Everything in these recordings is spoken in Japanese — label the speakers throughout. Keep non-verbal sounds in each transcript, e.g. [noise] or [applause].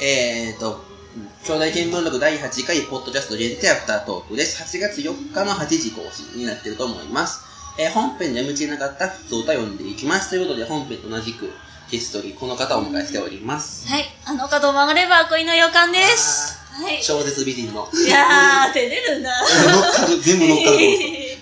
Speaker 1: えーと、兄弟見聞録第8回、ポッドキャスト限定アフタートークです。8月4日の8時更新になってると思います。えー本編では見切れなかった普通歌読んでいきます。ということで、本編と同じくゲストにこの方をお迎えしております。
Speaker 2: はい、あの角を曲がれば恋の予感です。はい。
Speaker 1: 小説美人の。
Speaker 2: いやー、照れるな。
Speaker 1: 乗っかる、全部乗っかる。
Speaker 2: [laughs]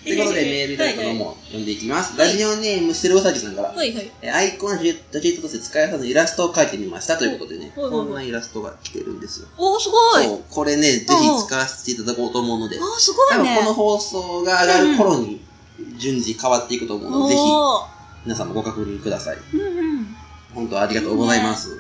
Speaker 1: と
Speaker 2: と
Speaker 1: いうことで、メールでこのも読んでいきます。ラジオネーム、ステルオサギさんから。
Speaker 2: はいはい。
Speaker 1: えーアイコンジェジェットとして使いやすいイラストを描いてみましたということでね、
Speaker 2: はいはいは
Speaker 1: こ
Speaker 2: い
Speaker 1: んなイラストが来てるんですよ。
Speaker 2: おー、すごい。
Speaker 1: そう、これね、ぜひ使わせていただこうと思うので、
Speaker 2: あー、すご
Speaker 1: 多
Speaker 2: い
Speaker 1: 分
Speaker 2: ね。
Speaker 1: この放送が上がる頃に順次変わっていくと思うので、ぜひ
Speaker 2: おー
Speaker 1: 皆さんもご確認ください。
Speaker 2: うんうん。
Speaker 1: 本当ありがとうございます。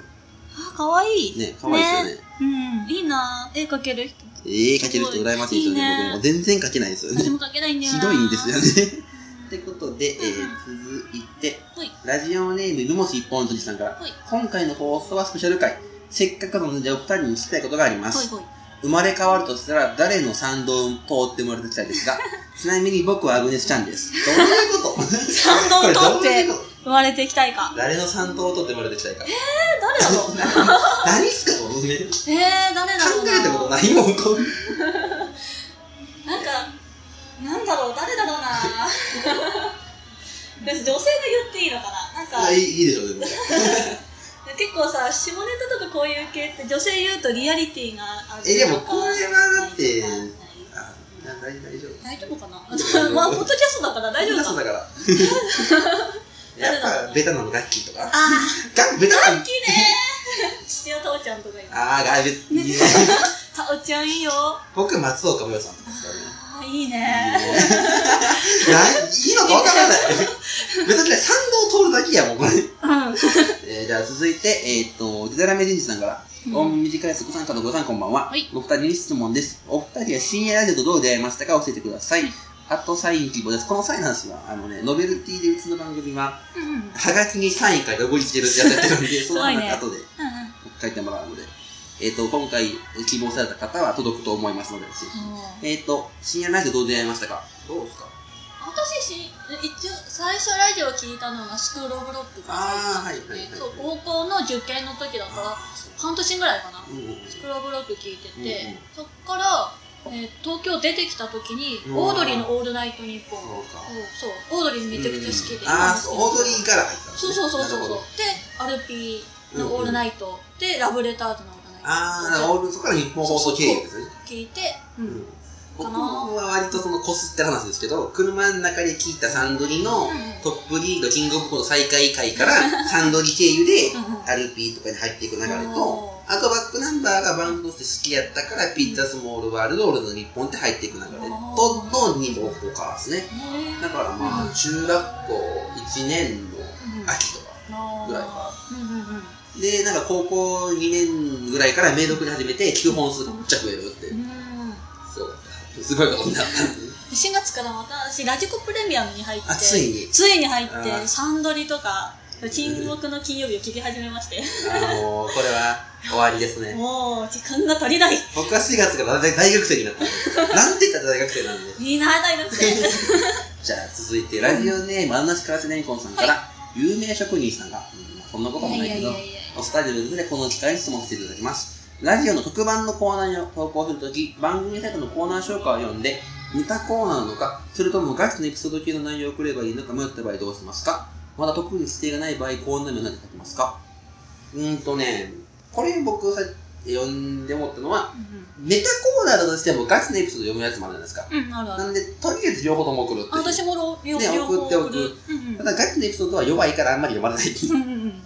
Speaker 2: あー、かわいい。
Speaker 1: ね、可愛いですよね。
Speaker 2: うん、いいなー。絵描ける人。
Speaker 1: 絵描ける人羨ましいですよね。
Speaker 2: いいね
Speaker 1: 僕も全然描けないですよね
Speaker 2: 私。も描けないんだよな。
Speaker 1: ひどいんですよ
Speaker 2: ね。 [laughs]
Speaker 1: ね。ってことで、えー続いて、
Speaker 2: はい。
Speaker 1: ラジオネーム、もし一本筋さんから、
Speaker 2: はい
Speaker 1: 今回の放送はスペシャル回。せっかくなのでお二人に聞きたいことがありま
Speaker 2: ほい
Speaker 1: す。
Speaker 2: ほい。
Speaker 1: 生まれ変わるとしたら誰の賛同を通ってもらいたい
Speaker 2: [laughs]
Speaker 1: ですが、ちなみに僕はアグネスちゃんです。どういうこと
Speaker 2: 賛同を
Speaker 1: これ
Speaker 2: 取っ
Speaker 1: どうい
Speaker 2: て
Speaker 1: うこと
Speaker 2: 生まれてきたいか。
Speaker 1: 誰の賛同を取ってもらいたいか。
Speaker 2: えー、誰だろう
Speaker 1: 何すか、このね。考
Speaker 2: えー、誰だろう
Speaker 1: えたことないもん、こん
Speaker 2: なんか、なんだろう、誰だろうな
Speaker 1: [laughs]
Speaker 2: [laughs] 私、女性が言っていいのかななんか、
Speaker 1: ないいいでしょうね、でも
Speaker 2: 結構さ、下ネタとかこういう系って女性言うとリアリティがある
Speaker 1: えでもこれはだって
Speaker 2: ない
Speaker 1: あな大丈夫、大丈夫。
Speaker 2: 大丈夫かな
Speaker 1: うん
Speaker 2: まあ、ポッドキャストだから大丈夫
Speaker 1: そ
Speaker 2: か
Speaker 1: う
Speaker 2: な
Speaker 1: だから。
Speaker 2: [laughs] 誰だ
Speaker 1: やっぱ、ベタなのガッキーとか。
Speaker 2: あ
Speaker 1: ガベタ
Speaker 2: ー、
Speaker 1: な
Speaker 2: ラッ
Speaker 1: の
Speaker 2: キーねー父親タオちゃんとかいる
Speaker 1: あー、ガベ、
Speaker 2: タオちゃんいいよ
Speaker 1: 僕、松岡茉優さんとかですからね。
Speaker 2: あー、いい
Speaker 1: [laughs] いいね
Speaker 2: ね
Speaker 1: ないいのかわからない。別にね、賛同を通るだけやもん、これ。
Speaker 2: ーうん
Speaker 1: [laughs] えー、じゃあ続いて、えーっと、デザラメ人事さんから、
Speaker 2: うん
Speaker 1: 大見短い速参加のごさんこんばんは。
Speaker 2: はい
Speaker 1: お二人に質問です。お二人は深夜ラジオとどう出会いましたか教えてください。
Speaker 2: はい
Speaker 1: あとサイン希望です。このサインの話は、あのね、ノベルティでうちの番組は、
Speaker 2: うんうんうんうん
Speaker 1: はがきにサイン書いて動いてるってやつやってるんで、 [laughs] その
Speaker 2: ごいね
Speaker 1: 話後で書いてもらうので、えーっと、今回希望された方は届くと思いますので、ぜひ
Speaker 2: も
Speaker 1: え
Speaker 2: う
Speaker 1: ーっと、深夜ラジオどう出会いましたかどうですか
Speaker 2: 私し一応最初ラジオ聞いたのがスクールオブロックが最
Speaker 1: あー
Speaker 2: 初だったんで
Speaker 1: はいはいはい
Speaker 2: そう高校の受験の時だから
Speaker 1: あーそう
Speaker 2: 半年ぐらいかな
Speaker 1: うんうんうん
Speaker 2: スクローブロック聞いてて、
Speaker 1: うんうん
Speaker 2: そっから、えー東京出てきた時に
Speaker 1: うわー
Speaker 2: オードリーの「オールナイトニッポン」
Speaker 1: そうか。
Speaker 2: そうそうオードリーめちゃくちゃ好きで、
Speaker 1: うんああ、そうオードリーから入ったのね。
Speaker 2: そうそうそうそ
Speaker 1: な
Speaker 2: う
Speaker 1: る
Speaker 2: そう
Speaker 1: ほど
Speaker 2: でアルピーの「オールナイト」でラブレターズの「オールナイト」
Speaker 1: ああ、なるほどそこから日本放送経由ですね。
Speaker 2: 聞いて、うん
Speaker 1: うん
Speaker 2: か
Speaker 1: 僕
Speaker 2: な
Speaker 1: は割とそのこすってる話ですけど、車の中で聞いたサンドリの
Speaker 2: うん
Speaker 1: トップリード、キングオブコント最下位会
Speaker 2: [laughs]
Speaker 1: からサンドリ経由で
Speaker 2: うんうん、
Speaker 1: RP とかに入っていく流れと、
Speaker 2: おー
Speaker 1: あとバックナンバーがバンドとして好きやったから、ピッツァスモールワールド、俺の日本って入っていく流れと、
Speaker 2: おー
Speaker 1: の2方向からですね。
Speaker 2: へー
Speaker 1: だからまあ、中学校1年の秋とか。
Speaker 2: あー
Speaker 1: ぐらいか
Speaker 2: うんうんうん
Speaker 1: で、なんか高校2年ぐらいからメイド送り始めて、基本数がむっちゃ増えるって。
Speaker 2: うん
Speaker 1: すごかった。すごいことになったんで。
Speaker 2: 4月からまた私ラジコプレミアムに入って
Speaker 1: あ、ついに、
Speaker 2: ついに入っ
Speaker 1: あ
Speaker 2: て
Speaker 1: ー
Speaker 2: サンドリとか沈黙の金曜日を聞き始めまして
Speaker 1: あのー、これは終わりですね。
Speaker 2: もう時間が足りない
Speaker 1: 僕は4月から大大学生になったんです。なんて言ったら大学生なんで。
Speaker 2: [laughs] いいな大学生
Speaker 1: じゃあ続いて、ラジオネーム、あんなしからせねんこんさんから、有名職人さんが、うんそんなこともないけど、
Speaker 2: や
Speaker 1: おスタジオでこの機会に質問していただきます。ラジオの特番のコーナーに投稿するとき、番組サイトのコーナー紹介を読んで、似たコーナーなのか、それともガチのエピソード級の内容を送ればいいのか迷った場合どうしますかまだ特に指定がない場合、コーナー名は何て書きますかうーんとね、これ僕さ、読んで思ったのは、ネタコーナーだとしてもガチのエピソード読むやつもあるじゃないですか。
Speaker 2: うん、うん、あるあ
Speaker 1: な
Speaker 2: る
Speaker 1: んで、とりあえず両方とも送るって
Speaker 2: あ
Speaker 1: いう。
Speaker 2: 私もろ両
Speaker 1: ね送
Speaker 2: 両方
Speaker 1: って
Speaker 2: 送
Speaker 1: 送
Speaker 2: る
Speaker 1: る
Speaker 2: うん
Speaker 1: ただガチのエピソードは弱いからあんまり読まれない。
Speaker 2: [laughs] うんうんうん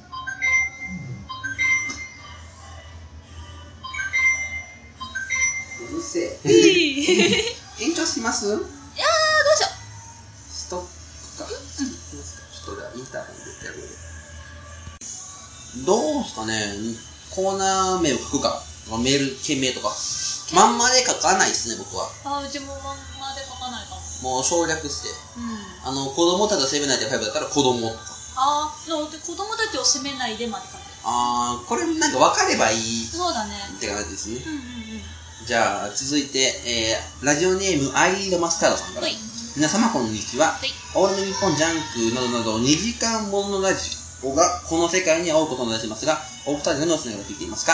Speaker 1: うるせえ。
Speaker 2: いい
Speaker 1: 延長しますいやーどう
Speaker 2: しよ
Speaker 1: うストックか、ちょっとじゃあインターホンでやるどうすかねコーナー名を書くかメール件名とかまんまで書かないですね僕は
Speaker 2: あうちもまんまで書かないかも
Speaker 1: もう省略して
Speaker 2: うん
Speaker 1: あの子供たちを責めないでファイブだったら子供とか
Speaker 2: あーでもで子供たちを責めないでまで書いて
Speaker 1: あーこれなんか分かればいい
Speaker 2: るそうだね
Speaker 1: って感じですね
Speaker 2: うんうん
Speaker 1: じゃあ続いて、えー、ラジオネームアイリードマスタードさんか
Speaker 2: うん
Speaker 1: ら
Speaker 2: はい
Speaker 1: 皆様こんにちは、
Speaker 2: い
Speaker 1: オールナイトニッポンジャンクなどなど2時間もののラジオがこの世界には多く存在しますがお二人何をしながら聞いていますか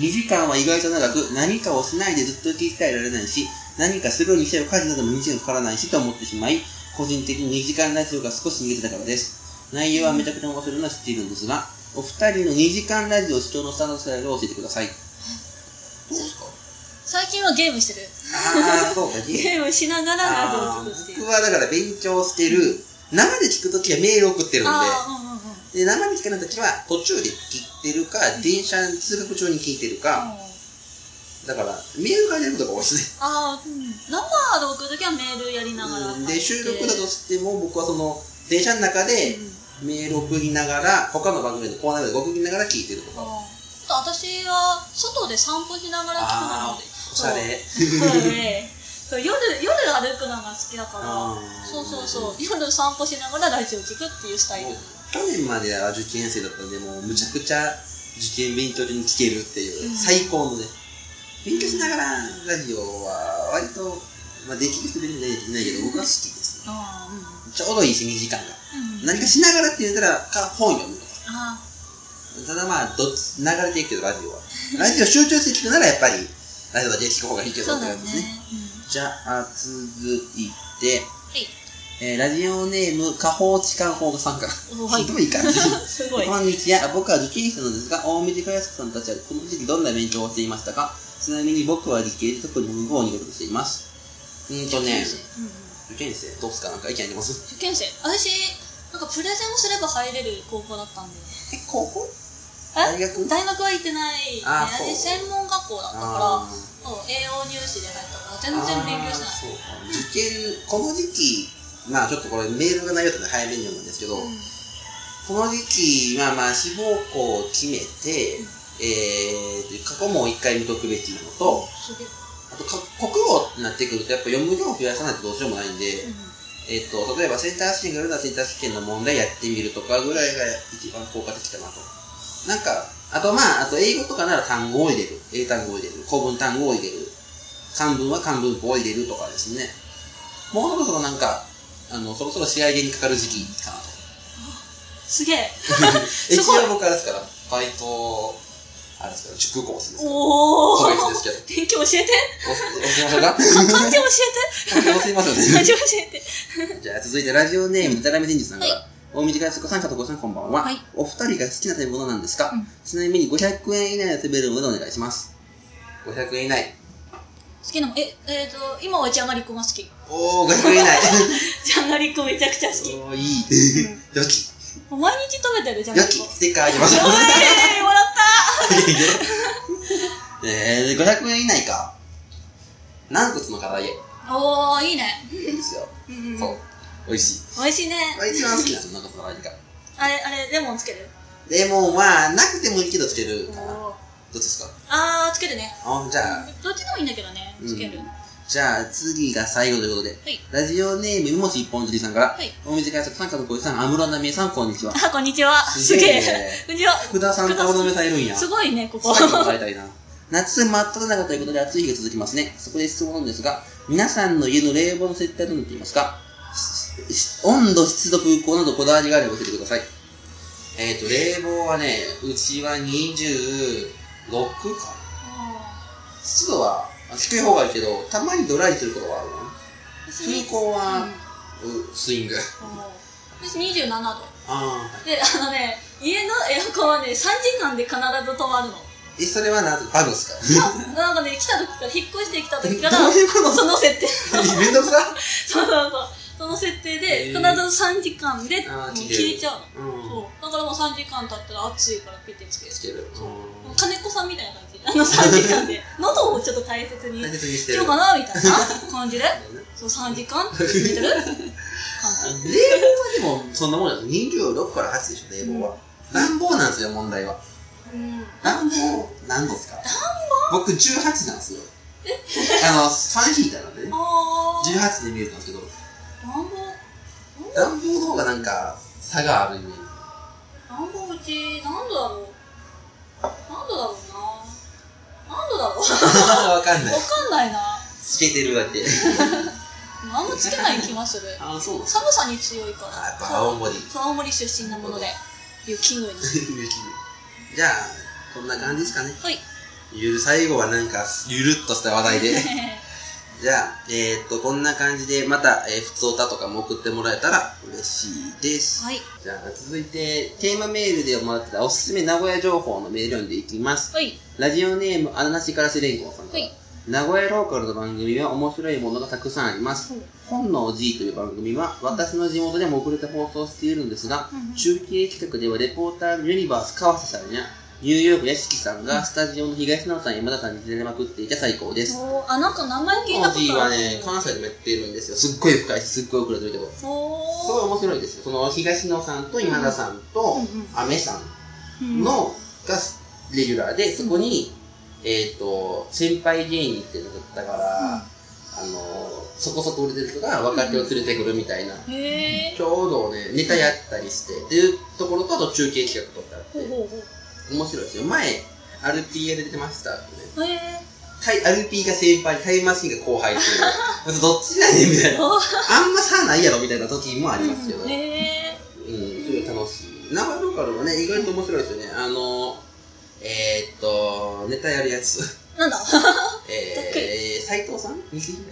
Speaker 1: 2時間は意外と長く、何かをしないでずっと聞いてはいられないし、何かするにせよ家事なども2時間かからないしと思ってしまい、個人的に2時間ラジオが少し逃げてたからです。内容はめちゃくちゃ面白いのは知っているんですが、お二人の2時間ラジオ視聴のスタンドスタイルを教えてください。どうですか
Speaker 2: 最近はゲームしてる。
Speaker 1: ああ、
Speaker 2: [laughs]
Speaker 1: そうか、
Speaker 2: ゲームしながらラジオを
Speaker 1: あ
Speaker 2: 聞くって
Speaker 1: ー
Speaker 2: いう。
Speaker 1: 僕はだから勉強してる、生で聞くときはメール送ってるんで、
Speaker 2: あー、うんうんうん。
Speaker 1: で生で聞かないときは途中で聞いてるか、電車通学中に聞いてるか、だからメールが出ることが多いですね。
Speaker 2: あー、うん生で送るときはメールやりながら。
Speaker 1: うんで収録だとしても僕はその電車の中で
Speaker 2: うん
Speaker 1: メール送りながら他の番組でコーナーで送りながら聞いてるとか
Speaker 2: あーあと私は外で散歩しながら聞くの
Speaker 1: ああーお
Speaker 2: が
Speaker 1: しゃれ
Speaker 2: そうねそう夜夜歩くのが好きだか
Speaker 1: あ
Speaker 2: ら
Speaker 1: ー
Speaker 2: そうそうそう夜散歩しながらラジオ聞くっていうスタイル
Speaker 1: 去年までは受験生だったんでもうむちゃくちゃ受験勉強中に聞けるっていう、
Speaker 2: うん
Speaker 1: 最高のね勉強しながらラジオは割と、まあ、できる人できない人いないけど僕は好きですね
Speaker 2: あー
Speaker 1: ちょうどいいし2時間が
Speaker 2: うんう
Speaker 1: 何
Speaker 2: ん
Speaker 1: かしながらって言ったらか本読むとか
Speaker 2: あ
Speaker 1: ただまあどっち流れていくけどラ [laughs] ジオはラジオ集中して聞くならやっぱりラジオだけ聞く方がいいけ
Speaker 2: ー
Speaker 1: ど
Speaker 2: そ
Speaker 1: って
Speaker 2: うだね
Speaker 1: 感じですねじゃあ続いて、
Speaker 2: い
Speaker 1: えーラジオネーム下方痴漢法さんからひ
Speaker 2: うんおはい
Speaker 1: どい [laughs] 感じ
Speaker 2: すごい [laughs]
Speaker 1: こんにちは僕は受験生なのですが大水かやすさんたちはこの時期どんな勉強をしていましたかちなみに僕は理系で特に文法を苦手としていますうーんとね
Speaker 2: うんうん
Speaker 1: 受験生どうすかなんか意見あります
Speaker 2: 受験生私なんかプレゼンをすれば入れる高校だったんで
Speaker 1: え高校大
Speaker 2: え
Speaker 1: 学
Speaker 2: 大学は行ってないね
Speaker 1: あーそう
Speaker 2: 私専門学校だったから
Speaker 1: あー
Speaker 2: そう栄養入試で入ったから全然勉強し
Speaker 1: あー
Speaker 2: ない
Speaker 1: そうか受験この時期まあちょっとこれメールがないよって早めに読むんですけど、
Speaker 2: うん
Speaker 1: この時期まあまあ志望校を決めて、
Speaker 2: うん
Speaker 1: えー、過去問を一回見とくべきなのと
Speaker 2: すげえ
Speaker 1: あとか国語になってくるとやっぱ読む量を増やさないとどうしようもないんで、
Speaker 2: うん
Speaker 1: えっと例えばセンター試験があるならセンター試験の問題やってみるとかぐらいが一番効果的かなとなんかあとまああと英語とかなら単語を入れる英単語を入れる古文単語を入れる漢文は漢文法を入れるとかですねもうそろそろなんかあのそろそろ仕上げにかかる時期かなと
Speaker 2: すげえ
Speaker 1: 一
Speaker 2: すごい
Speaker 1: 応僕あれですから、バイト、あれですから、塾講師ですから。
Speaker 2: おお
Speaker 1: 個別ですけど。
Speaker 2: 天気教えて
Speaker 1: お、おすいませんか
Speaker 2: 漢字教
Speaker 1: おすいま
Speaker 2: えて漢
Speaker 1: せ
Speaker 2: 字教えて
Speaker 1: んね。じゃあ続いてラジオネーム、でたらめ天神さんから。
Speaker 2: は
Speaker 1: 大道からそこさん、加藤さん、こんばんは。
Speaker 2: はい
Speaker 1: お二人が好きな食べ物なんですか、
Speaker 2: うん
Speaker 1: ちなみに500円以内の食べるものでお願いします。500円以内。
Speaker 2: 好きなもんええっ、ー、と今はじゃがりこが好き
Speaker 1: おー、500円以内。
Speaker 2: じゃがりこめちゃく [laughs] ちゃ好き
Speaker 1: おー、いい。よき、
Speaker 2: もう毎日食べてるじゃが
Speaker 1: よ
Speaker 2: り
Speaker 1: き、
Speaker 2: こ
Speaker 1: ステッカーあげ
Speaker 2: [laughs]
Speaker 1: ます。 [laughs]
Speaker 2: おい笑っ
Speaker 1: えー、500円以内か。軟骨の唐揚げ。い
Speaker 2: たおーいいね
Speaker 1: いですよ。
Speaker 2: うん
Speaker 1: そう。美味しい。
Speaker 2: 美味しいね
Speaker 1: あ一番好きなの、なんかその味が。
Speaker 2: あれあれレモンつける
Speaker 1: でも、まあ、なくてもいいけどつけるかな。どっ
Speaker 2: おー
Speaker 1: ちですか
Speaker 2: あーつけるね
Speaker 1: あ、じゃあ、
Speaker 2: どっちでもいいんだけどねつける、
Speaker 1: うんじゃあ次が最後ということで。
Speaker 2: い
Speaker 1: ラジオネーム、みもし一本釣りさんから。
Speaker 2: はい
Speaker 1: 大水会社さん、家族おじさん、安室奈美恵さん、こんにちは。
Speaker 2: [laughs] あこんにちはすげえ
Speaker 1: ね
Speaker 2: こんにちは
Speaker 1: 福田さんと安室奈美恵さんいるん
Speaker 2: [laughs]
Speaker 1: や。
Speaker 2: すごいねここ
Speaker 1: 最後変えたいな。夏真っ只中ということで暑い日が続きますね。そこで質問なんですが、皆さんの家の冷房の設定はどうなっていますかしし温度、湿度、風向などこだわりがあれば教えてください。えっ、と、冷房はね、うちは26か。
Speaker 2: あ
Speaker 1: 湿度は低い方がいいけど、たまにドライすることはあるな。
Speaker 2: ー私
Speaker 1: 風
Speaker 2: に
Speaker 1: 向は、
Speaker 2: う
Speaker 1: うスイング。
Speaker 2: んおー私27度
Speaker 1: ああ。
Speaker 2: であのね家のエアコンはね3時間で必ず止まるの
Speaker 1: え、それはな、バグっすか
Speaker 2: なんかね来た時から引っ越してきた
Speaker 1: どうい
Speaker 2: 時
Speaker 1: う
Speaker 2: か
Speaker 1: こ
Speaker 2: らその設定 [laughs]
Speaker 1: と [laughs] めんどくさ
Speaker 2: そうそうそうその設定で
Speaker 1: へー
Speaker 2: 必ず3時間でもう
Speaker 1: あー
Speaker 2: 消えちゃうの
Speaker 1: う
Speaker 2: そうだからもう3時間経ったら暑いからピッてつける
Speaker 1: つける。うん
Speaker 2: もう金子さんみたいな感じあの3時間で喉をちょっと大切に
Speaker 1: 大切にして
Speaker 2: し
Speaker 1: る
Speaker 2: よう。かなみたいな感じでそう3時間って決め
Speaker 1: [laughs]
Speaker 2: てる感じ
Speaker 1: 冷房はでもそんなもんじゃない26から8でしょ冷房は、暖房なんですよ問題は
Speaker 2: うん
Speaker 1: 暖房何度ですか僕18なんですよあのファンヒーターなんでね
Speaker 2: あー
Speaker 1: 18で見えたんですけど
Speaker 2: 暖房
Speaker 1: 暖房の方がなんか差があるイメージ [laughs]
Speaker 2: 暖房うち何度だろう何度だろうな何度だろうわ
Speaker 1: 分かんない
Speaker 2: かんないな
Speaker 1: つけてるだけ
Speaker 2: あんまつけない気がする
Speaker 1: ああそうなんですか
Speaker 2: 寒さに強いか
Speaker 1: あやっ
Speaker 2: ら
Speaker 1: ぱ青森
Speaker 2: そう青森出
Speaker 1: [laughs]
Speaker 2: 身なもので雪国に
Speaker 1: じゃあこんな感じですかね
Speaker 2: はい
Speaker 1: ゆる、最後はなんか、ゆるっとした話題
Speaker 2: [laughs]
Speaker 1: で。じゃあ、えーっと、こんな感じで、また、えー、普通歌とかも送ってもらえたら嬉しいです。
Speaker 2: はい。
Speaker 1: じゃあ、続いて、テーマメールでもらってたおすすめ名古屋情報のメール読んでいきます。
Speaker 2: はい。
Speaker 1: ラジオネーム、アナナシカラシレンコさんから。
Speaker 2: はい
Speaker 1: 名古屋ローカルの番組は面白いものがたくさんあります。本のおじいという番組は、私の地元でも遅れて放送しているんですが、中継企画ではレポーターのユニバース川瀬さんやニューヨーク屋敷さんがスタジオの東野さん山田さんに出れまくっていて最高です
Speaker 2: おーあ、なんか名前聞いた
Speaker 1: お
Speaker 2: こ
Speaker 1: じい
Speaker 2: と
Speaker 1: は
Speaker 2: ある。
Speaker 1: ね関西でもやってるんですよすっごい深いしすっごい遅れてるけどすごい
Speaker 2: おー
Speaker 1: 面白いですよその東野さんと今田さんと
Speaker 2: うんうん
Speaker 1: 阿部さ
Speaker 2: うんん
Speaker 1: のがレギュラーでそこにえっと先輩芸人っていうのだったからあのそこそこ売れてる人が若手を連れてくるみたいな
Speaker 2: へえ。
Speaker 1: ちょうどね、ネタやったりして、っていうところと、あと中継企画とかあ
Speaker 2: ほう
Speaker 1: っ
Speaker 2: ほうほ
Speaker 1: て、面白いですよ。前、RPA で出てましたってね。
Speaker 2: う。へえ。
Speaker 1: タイ、RP が先輩、タイムマシンが後輩って
Speaker 2: [laughs]
Speaker 1: いう。まずどっちだねんみたいな。
Speaker 2: お
Speaker 1: あんま差ないやろみたいな時もありますけど。
Speaker 2: ー
Speaker 1: うん、
Speaker 2: へえ。
Speaker 1: そういうの楽しい。生ローカルもね、意外と面白いですよね。あの、えー、っと、ネタやるやつ。
Speaker 2: なんだ
Speaker 1: えー、斎藤さん西東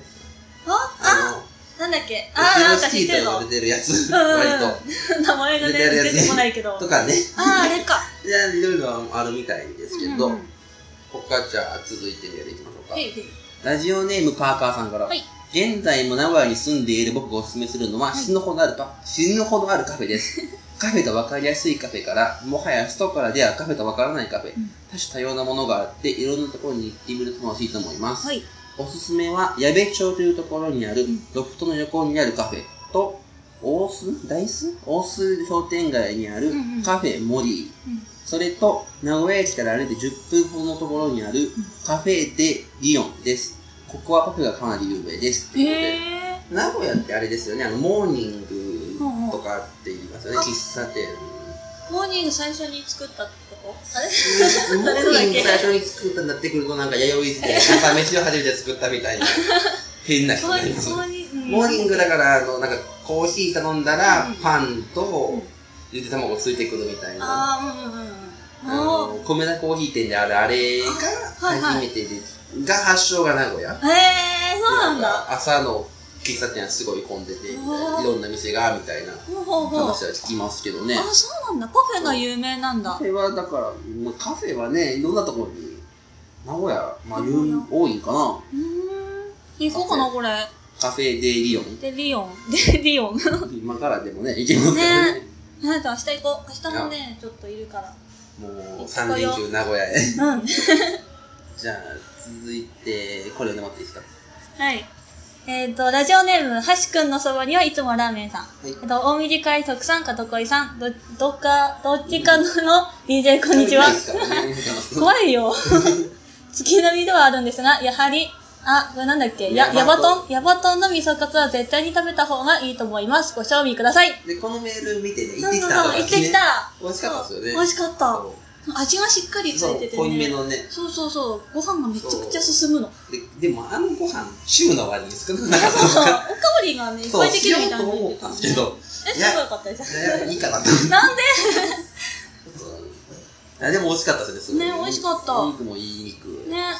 Speaker 2: あ、
Speaker 1: あ
Speaker 2: あ、なんだっけ
Speaker 1: あ
Speaker 2: あー、
Speaker 1: の、後
Speaker 2: な
Speaker 1: ろ
Speaker 2: んか
Speaker 1: シテ
Speaker 2: 知っ
Speaker 1: ィ
Speaker 2: てる
Speaker 1: と
Speaker 2: の
Speaker 1: 呼ばれ。てるやつ、
Speaker 2: うんうん
Speaker 1: 割
Speaker 2: 名前がね、
Speaker 1: 出てるやつね
Speaker 2: 出てこないけど。
Speaker 1: と。と
Speaker 2: あ
Speaker 1: かね。
Speaker 2: あ、あれか。
Speaker 1: いや、いろいろあるみたいですけど、
Speaker 2: うんうん
Speaker 1: 他じゃあ続いてメールいきましょうか
Speaker 2: へ。いへい
Speaker 1: ラジオネームパーカーさんから、
Speaker 2: はい
Speaker 1: 現在も名古屋に住んでいる僕がおすすめするのは
Speaker 2: はい
Speaker 1: 死ぬほどあるか、死ぬほどあるカフェ
Speaker 2: [laughs]
Speaker 1: です。カフェと分かりやすいカフェから、もはや外からではカフェと分からないカフェ、
Speaker 2: うん
Speaker 1: 多種多様なものがあって、いろんなところに行ってみると楽しいと思います。
Speaker 2: はい。
Speaker 1: おすすめは、矢部町というところにある
Speaker 2: ん、
Speaker 1: ロフトの横にあるカフェと、大須大須大須商店街にある
Speaker 2: うんうん
Speaker 1: カフェモリー。
Speaker 2: うん
Speaker 1: それと、名古屋駅から歩いて10分ほどのところにあるカフェデリオンです。ここはカフェがかなり有名です。ということで
Speaker 2: へえ。
Speaker 1: 名古屋ってあれですよね、あの、モーニング
Speaker 2: うんうん
Speaker 1: とかって言いますよね、
Speaker 2: あ
Speaker 1: 喫茶店。
Speaker 2: モーニング最初に作ったってこと [laughs] あれ
Speaker 1: モ
Speaker 2: [laughs] 誰のだっ
Speaker 1: ー
Speaker 2: け
Speaker 1: ニング最初に作ったんだってくると、なんか弥生時代、朝飯を初めて作ったみたい
Speaker 2: [laughs]
Speaker 1: な、変な人になります
Speaker 2: そうに、そうに。
Speaker 1: モーニングだから、あの、なんか、コーヒー頼んだら
Speaker 2: うん、
Speaker 1: パン
Speaker 2: う
Speaker 1: と
Speaker 2: ん、
Speaker 1: ゆで卵ついてくるみたいな。
Speaker 2: ああ、うんうんうん
Speaker 1: あ
Speaker 2: うん。お
Speaker 1: の米田コーヒー店であるあれが
Speaker 2: あはいはい
Speaker 1: 初めてで、が発祥が名古屋
Speaker 2: ー。へえ、そうなんだ。
Speaker 1: か朝の喫茶店はすごい混んでて、みたいな
Speaker 2: あー
Speaker 1: いろんな店が、みたいな
Speaker 2: ほうほうほう。あ
Speaker 1: 話、は聞きますけどね。
Speaker 2: そうなんだ。カフェが有名なんだ。
Speaker 1: カフェは、だから、まあカフェはね、いろんなところに、名古屋、まあ、
Speaker 2: 名古屋
Speaker 1: 多いんかな。
Speaker 2: うーん。行こうかな、これ。
Speaker 1: カフェデリ
Speaker 2: [laughs]
Speaker 1: オン。
Speaker 2: で、リオン。で、リオン。 [laughs]
Speaker 1: 今からでもね、行けますからね。
Speaker 2: なんか明日行こう。明日もね、ちょっといるから。
Speaker 1: もう、3連休名古屋へ。
Speaker 2: うん。
Speaker 1: じゃあ、続いて、これを読んでもらっていいですか。
Speaker 2: はい。えっ、と、ラジオネーム、はしくんのそばにはいつもラーメンさん。
Speaker 1: い
Speaker 2: えっ、と、大短い徳さんかとこいさん、ど、どっか、どっちかの [laughs] DJ こんにちは。
Speaker 1: 怖い。
Speaker 2: 怖い [laughs] よ。月並みではあるんですが、やはり、あ、これなんだっけ、や、
Speaker 1: ヤ
Speaker 2: ヤ
Speaker 1: バ
Speaker 2: バ
Speaker 1: ト
Speaker 2: トンヤバトンの味噌カツは絶対に食べた方がいいと思います。ご賞味ください。
Speaker 1: で、このメール見てね、行
Speaker 2: そ
Speaker 1: っ
Speaker 2: う
Speaker 1: てき
Speaker 2: そう
Speaker 1: た。
Speaker 2: そう、行ってき。た。
Speaker 1: 美味しかったですよね。
Speaker 2: 美味しかった。味がしっかりつ
Speaker 1: そう
Speaker 2: いててね。
Speaker 1: 濃いめのね。
Speaker 2: そうそうそう、ご飯がめちゃくちゃ進むの。
Speaker 1: で、でもあのご飯、週の割に少なくなかっ
Speaker 2: そう [laughs] そ
Speaker 1: た。
Speaker 2: う、おかわりがね、いっ
Speaker 1: そ
Speaker 2: ぱ
Speaker 1: う、
Speaker 2: いでき
Speaker 1: しよ
Speaker 2: るみ
Speaker 1: う
Speaker 2: た
Speaker 1: と
Speaker 2: いな。
Speaker 1: 思ったんですけど、
Speaker 2: え、すごいよかったじゃん。
Speaker 1: いや、いい
Speaker 2: [laughs]
Speaker 1: かなと。
Speaker 2: なんで
Speaker 1: うんあでも美味しかったですねすごい、
Speaker 2: ね美味しかった
Speaker 1: お肉もいい肉。
Speaker 2: ね、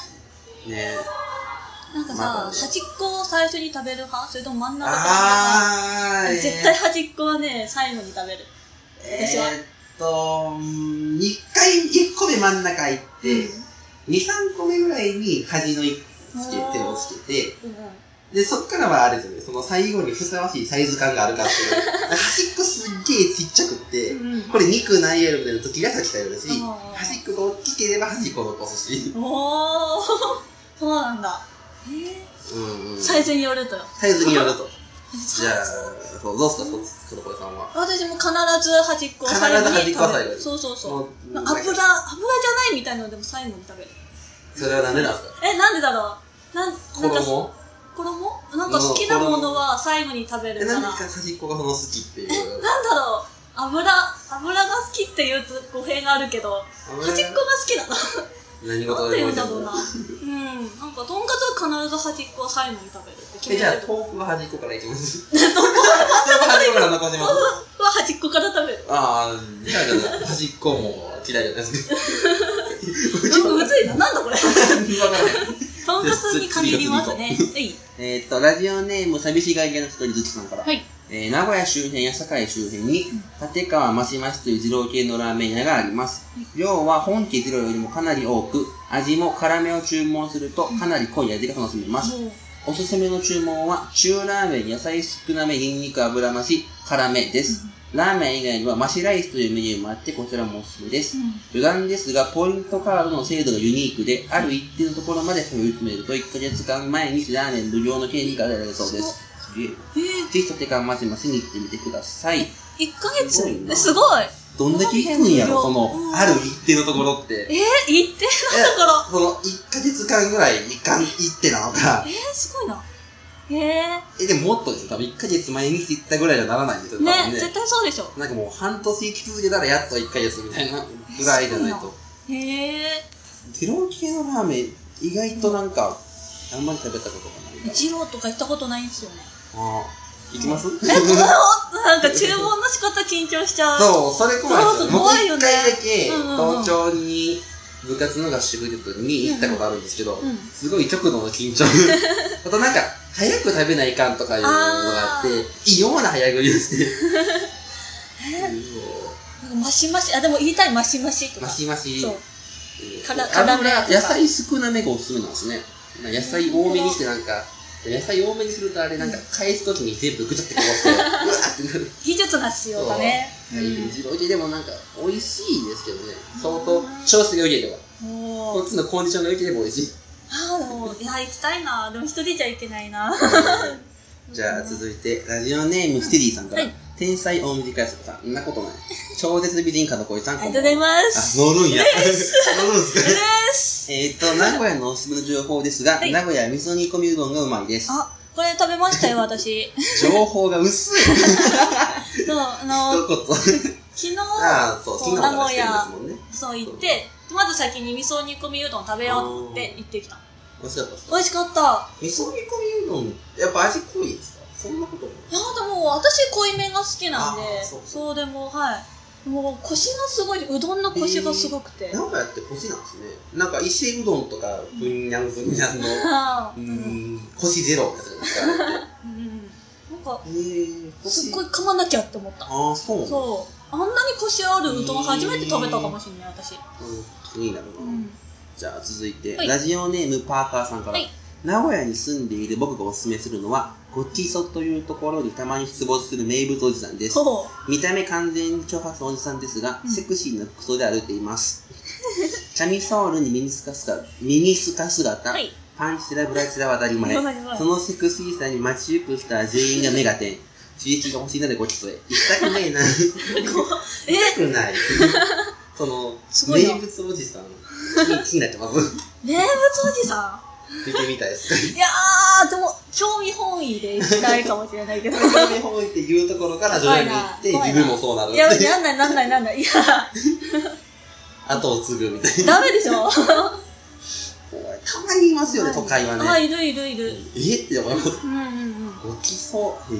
Speaker 1: ね
Speaker 2: なんかさ、
Speaker 1: まだね
Speaker 2: 端っこを最初に食べる派それとも真ん中食べる派
Speaker 1: あー、
Speaker 2: 絶対端っこはね、最後に食べる。
Speaker 1: え
Speaker 2: 私は
Speaker 1: ーっと、うん一回、一個目真ん中行って、二三個目ぐらいに端の一つけ手をつけて、
Speaker 2: うんうん
Speaker 1: で、そっからはあれですよね、その最後にふさわしいサイズ感があるかって
Speaker 2: [laughs]
Speaker 1: いう。端っこすっげえちっちゃくって、
Speaker 2: うん
Speaker 1: これ肉ないやろみたいな時がさっきたようだし、
Speaker 2: あー
Speaker 1: 端っこが大きければ端っこ残すし、
Speaker 2: おー、 [laughs] そうなんだ。え
Speaker 1: うんうん、
Speaker 2: ー、サイ
Speaker 1: サ
Speaker 2: ズによるとよ。
Speaker 1: イズによると。じゃあ、そうどうすか、黒子さんは。
Speaker 2: 私も必ず端っこを最後に
Speaker 1: 必ず端っこは
Speaker 2: 食べ
Speaker 1: 最後
Speaker 2: る。
Speaker 1: に
Speaker 2: そうそうそう。
Speaker 1: う
Speaker 2: 油、油じゃないみたいなのでも最後に食べる。
Speaker 1: それは何でなんですか
Speaker 2: え、なんでだろうなん、なんか、
Speaker 1: 衣
Speaker 2: 衣なんか好きなものは最後に食べ
Speaker 1: え、
Speaker 2: るから。
Speaker 1: 何か
Speaker 2: なんだ
Speaker 1: 端っこがその好きっていう。
Speaker 2: ろう油、油が好きって言うと語弊があるけど、端っこが好きなの。
Speaker 1: 何
Speaker 2: な
Speaker 1: 事
Speaker 2: んて
Speaker 1: で
Speaker 2: 言
Speaker 1: も
Speaker 2: うんだろ
Speaker 1: [laughs]
Speaker 2: うな。うん。なんか、とんかつは必ず端っこは最後に食べるって決め
Speaker 1: え、じゃあ、
Speaker 2: てる。
Speaker 1: 豆腐は端っこからいきます。豆腐は端っこから残します。
Speaker 2: は端っこから食べ
Speaker 1: [laughs]
Speaker 2: る。
Speaker 1: ああ、じゃあ、じゃあ端っこも嫌いじゃないですか。 [laughs]
Speaker 2: なんかむずいな。なんだこれ。
Speaker 1: 然わからない。
Speaker 2: とんかつに限りますね。はい。
Speaker 1: [laughs] えーっと、ラジオネーム寂しがり屋の一人ずきさんから。
Speaker 2: はい
Speaker 1: えー名古屋周辺や堺周辺に、立川マシマシという二郎系のラーメン屋があります。量は本家二郎よりもかなり多く、味も辛めを注文するとかなり濃い味が楽しめます。
Speaker 2: もう
Speaker 1: おすすめの注文は、中ラーメン、野菜少なめ、ニンニク、油増し、辛めです。ラーメン以外にはマシライスというメニューもあって、こちらもおすすめです。余談ですが、ポイントカードの精度がユニークで、ある一定のところまで踏み込めると、1ヶ月間前にラーメン無料の権利が与えられるそうです。すげえ
Speaker 2: えー、
Speaker 1: ぜひとてかまちまちに行ってみてください。
Speaker 2: 1
Speaker 1: す
Speaker 2: ヶ
Speaker 1: ごい
Speaker 2: 月
Speaker 1: な
Speaker 2: すごい
Speaker 1: どんだけ行くんやろ、その
Speaker 2: う、ん
Speaker 1: ある一定のところって。
Speaker 2: えー、行って
Speaker 1: え
Speaker 2: だから。
Speaker 1: その、1ヶ月間ぐらい行かん、行ってなのか
Speaker 2: え。ー、すごいな。え
Speaker 1: え、でももっとですよ。多分1ヶ月前に行ったぐらいじゃならないんですよ、
Speaker 2: ー、ね
Speaker 1: 多分
Speaker 2: 絶対そうでしょ。
Speaker 1: なんかもう半年行き続けたらやっと1ヶ月みたいなぐらいじゃないと。
Speaker 2: へえ
Speaker 1: テロ系のラーメン、意外となんか、あんまり食べたことがないか
Speaker 2: ー、
Speaker 1: ら。
Speaker 2: 一郎とか行ったことないんですよね。
Speaker 1: あー行き [laughs] ます
Speaker 2: なんか注文の仕方緊張しちゃう。
Speaker 1: そう、それこなんですよ。
Speaker 2: そうそう
Speaker 1: 僕
Speaker 2: 怖いよ
Speaker 1: 一回
Speaker 2: ね
Speaker 1: だけ、
Speaker 2: うんうんうん
Speaker 1: 東京に部活の合宿旅行に行ったことあるんですけど、
Speaker 2: うん。
Speaker 1: すごい極度の緊
Speaker 2: [laughs]
Speaker 1: 張。あとなんか、早く食べないかんとかいうのがあって
Speaker 2: あ、
Speaker 1: 異様な早食いを
Speaker 2: [laughs]
Speaker 1: して。
Speaker 2: なんかマシマシ、あ、でも言いたいマシマシとか。
Speaker 1: マシマシ。
Speaker 2: そう。から
Speaker 1: 油
Speaker 2: 辛めとか
Speaker 1: 野菜少なめがおすすめなんですね。なんか野菜多めにしてなんか、野菜多めにするとあれなんか返すときに全部ぐちゃってこぼして、うわーってなる。
Speaker 2: 技術が必要だね。
Speaker 1: 二郎系でもなんか美味しいですけどね相当調子が良ければ
Speaker 2: うん。
Speaker 1: こ
Speaker 2: もう
Speaker 1: っ。ちのコンディションが良ければ美味しい
Speaker 2: [laughs] ああ、でも、いや、行きたいな。でも一人じゃ行けないな。
Speaker 1: じゃあ続いてラジオネームステディさんから、
Speaker 2: はい
Speaker 1: 天才大水会社さんそんなことない超絶美人家の恋さん
Speaker 2: ありがとうござい
Speaker 1: す
Speaker 2: ます。
Speaker 1: あ乗るんや乗るんす
Speaker 2: [laughs] う
Speaker 1: か
Speaker 2: っす。
Speaker 1: えーっと名古屋のおすすめの情報ですが、
Speaker 2: はい
Speaker 1: 名古屋は味噌煮込みうどんがうまいです
Speaker 2: あ、これ食べましたよ、私。 [laughs]
Speaker 1: 情報が薄い一
Speaker 2: そう、あの、
Speaker 1: 言
Speaker 2: 昨日、
Speaker 1: ああそう昨
Speaker 2: そ
Speaker 1: 日
Speaker 2: う名
Speaker 1: からしてるんです
Speaker 2: 古屋、
Speaker 1: もんね
Speaker 2: そう行って、まず先に味噌煮込みうどん食べようって言ってきた。
Speaker 1: 美味しかったです
Speaker 2: 美味しかった。
Speaker 1: 味噌煮込みうどんやっぱ味濃いですかそんなことも
Speaker 2: いやでも私濃いめが好きなんで
Speaker 1: あー
Speaker 2: そ
Speaker 1: そうう
Speaker 2: でもはいもうコシがすごいうどんのコシがすごくて、
Speaker 1: 名古屋って腰なんですねなんか石井うどんとかぶんにゃんぶんにゃんの
Speaker 2: あ
Speaker 1: う
Speaker 2: ー [laughs] うん
Speaker 1: ーん腰ゼロみたいなやつがあって
Speaker 2: うんなんか
Speaker 1: へー
Speaker 2: すっ
Speaker 1: 腰
Speaker 2: ごい噛まなきゃって思った
Speaker 1: ああそうなんだ
Speaker 2: そうあんなにコシあるうどん初めて食べたかもしれない私
Speaker 1: うん気になるな、
Speaker 2: うん
Speaker 1: じゃあ続いて、
Speaker 2: はい
Speaker 1: ラジオネームパーカーさんから、
Speaker 2: はい
Speaker 1: 名古屋に住んでいる僕がおすすめするのはごちそというところにたまに出没する名物おじさんです
Speaker 2: そ
Speaker 1: 見た目完全に挑発のおじさんですが、
Speaker 2: うん
Speaker 1: セクシーな服装で歩いていますチャミソールにミニスカ姿ミニスカ
Speaker 2: う
Speaker 1: 姿、
Speaker 2: はい
Speaker 1: パンチラブラチラは当たり前
Speaker 2: 当たり前
Speaker 1: そのセクシーさに街行く人は全員が目が点刺激が欲しいのでごちそうへ行きたくないな行き
Speaker 2: え
Speaker 1: たくないその
Speaker 2: すごいな
Speaker 1: 名物おじさん気気になってます
Speaker 2: 名物おじさ
Speaker 1: 見てみたい
Speaker 2: [laughs]
Speaker 1: です
Speaker 2: んいやーでも興味本位で行きたいかもしれないけ
Speaker 1: [laughs]
Speaker 2: どい
Speaker 1: 興味本位っていうところから徐々に行って
Speaker 2: 怖いな
Speaker 1: 自分もそうなる
Speaker 2: やなんないなんないなんないいや
Speaker 1: 後を継ぐみたい
Speaker 2: ダメでしょ
Speaker 1: な怖いたまにいますよね都会は
Speaker 2: あ
Speaker 1: ね
Speaker 2: いるいるいる
Speaker 1: えって思います
Speaker 2: うんうんうん
Speaker 1: ごちそう
Speaker 2: え
Speaker 1: へ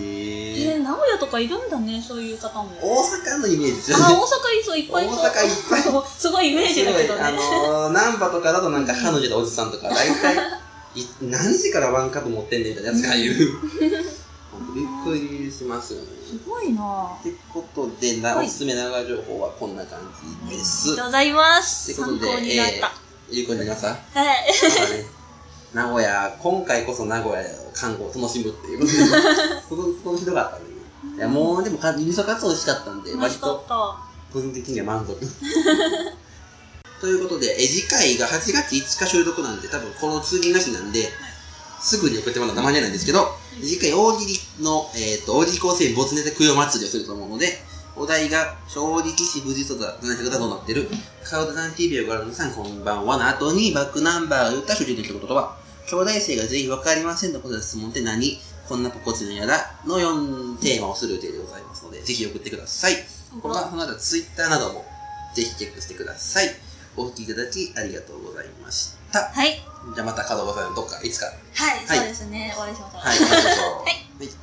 Speaker 1: え
Speaker 2: ー、名古屋とかいるんだねそういう方も
Speaker 1: 大阪のイメージです
Speaker 2: あ、
Speaker 1: よ
Speaker 2: 大
Speaker 1: ね
Speaker 2: 阪そういっぱいそう。
Speaker 1: 大阪いっぱい
Speaker 2: そうすごいイメージだけど
Speaker 1: すごい
Speaker 2: ね。
Speaker 1: あのー、 [laughs] ナンパとかだとなんか彼女とおじさんとか、大体、い何時からワンカップ持ってんねんみたいなやつがいる。びっくりしますよね。
Speaker 2: すごいなぁ。あ
Speaker 1: ってことで、な
Speaker 2: は
Speaker 1: お
Speaker 2: い
Speaker 1: すすめ長良情報はこんな感じで
Speaker 2: り
Speaker 1: す。
Speaker 2: がとうございます。
Speaker 1: ってこと
Speaker 2: 参
Speaker 1: で
Speaker 2: 考になった。
Speaker 1: ゆうこに皆さん、ま
Speaker 2: はい。
Speaker 1: たね、名古屋、今回こそ名古屋の看護を楽しむっていうことで、この、このひどかったね。いや、もう、でもか、味噌カツ美味しかったんで、
Speaker 2: 楽
Speaker 1: 割
Speaker 2: しかっ
Speaker 1: と
Speaker 2: た。
Speaker 1: 個人的には満足。 [laughs] ということで、え次回が8月5日収録なんで、多分この次の日なんで、すぐに送ってもらうのは生じゃないんですけど、次回大喜利の、えっ、と、大喜利構成没ネタ供養祭りをすると思うので、お題が、正直し無事とだ、七百だどうなってる、カウダダン TV をご覧の皆さんこんばんはの後に、バックナンバーを言った主人の一言は、兄弟生が全員わかりませんのことで質問って何こんなポコチのやだの4テーマをする予定でございますので、ぜひ送ってください。これはその他ツイッターなどもぜひチェックしてください。お聞きいただきありがとうございました。
Speaker 2: はい。
Speaker 1: じゃあまた角川さんどっかいつか。
Speaker 2: はい、
Speaker 1: はい
Speaker 2: そうですね。お会いしましょう。
Speaker 1: はい。はい。はい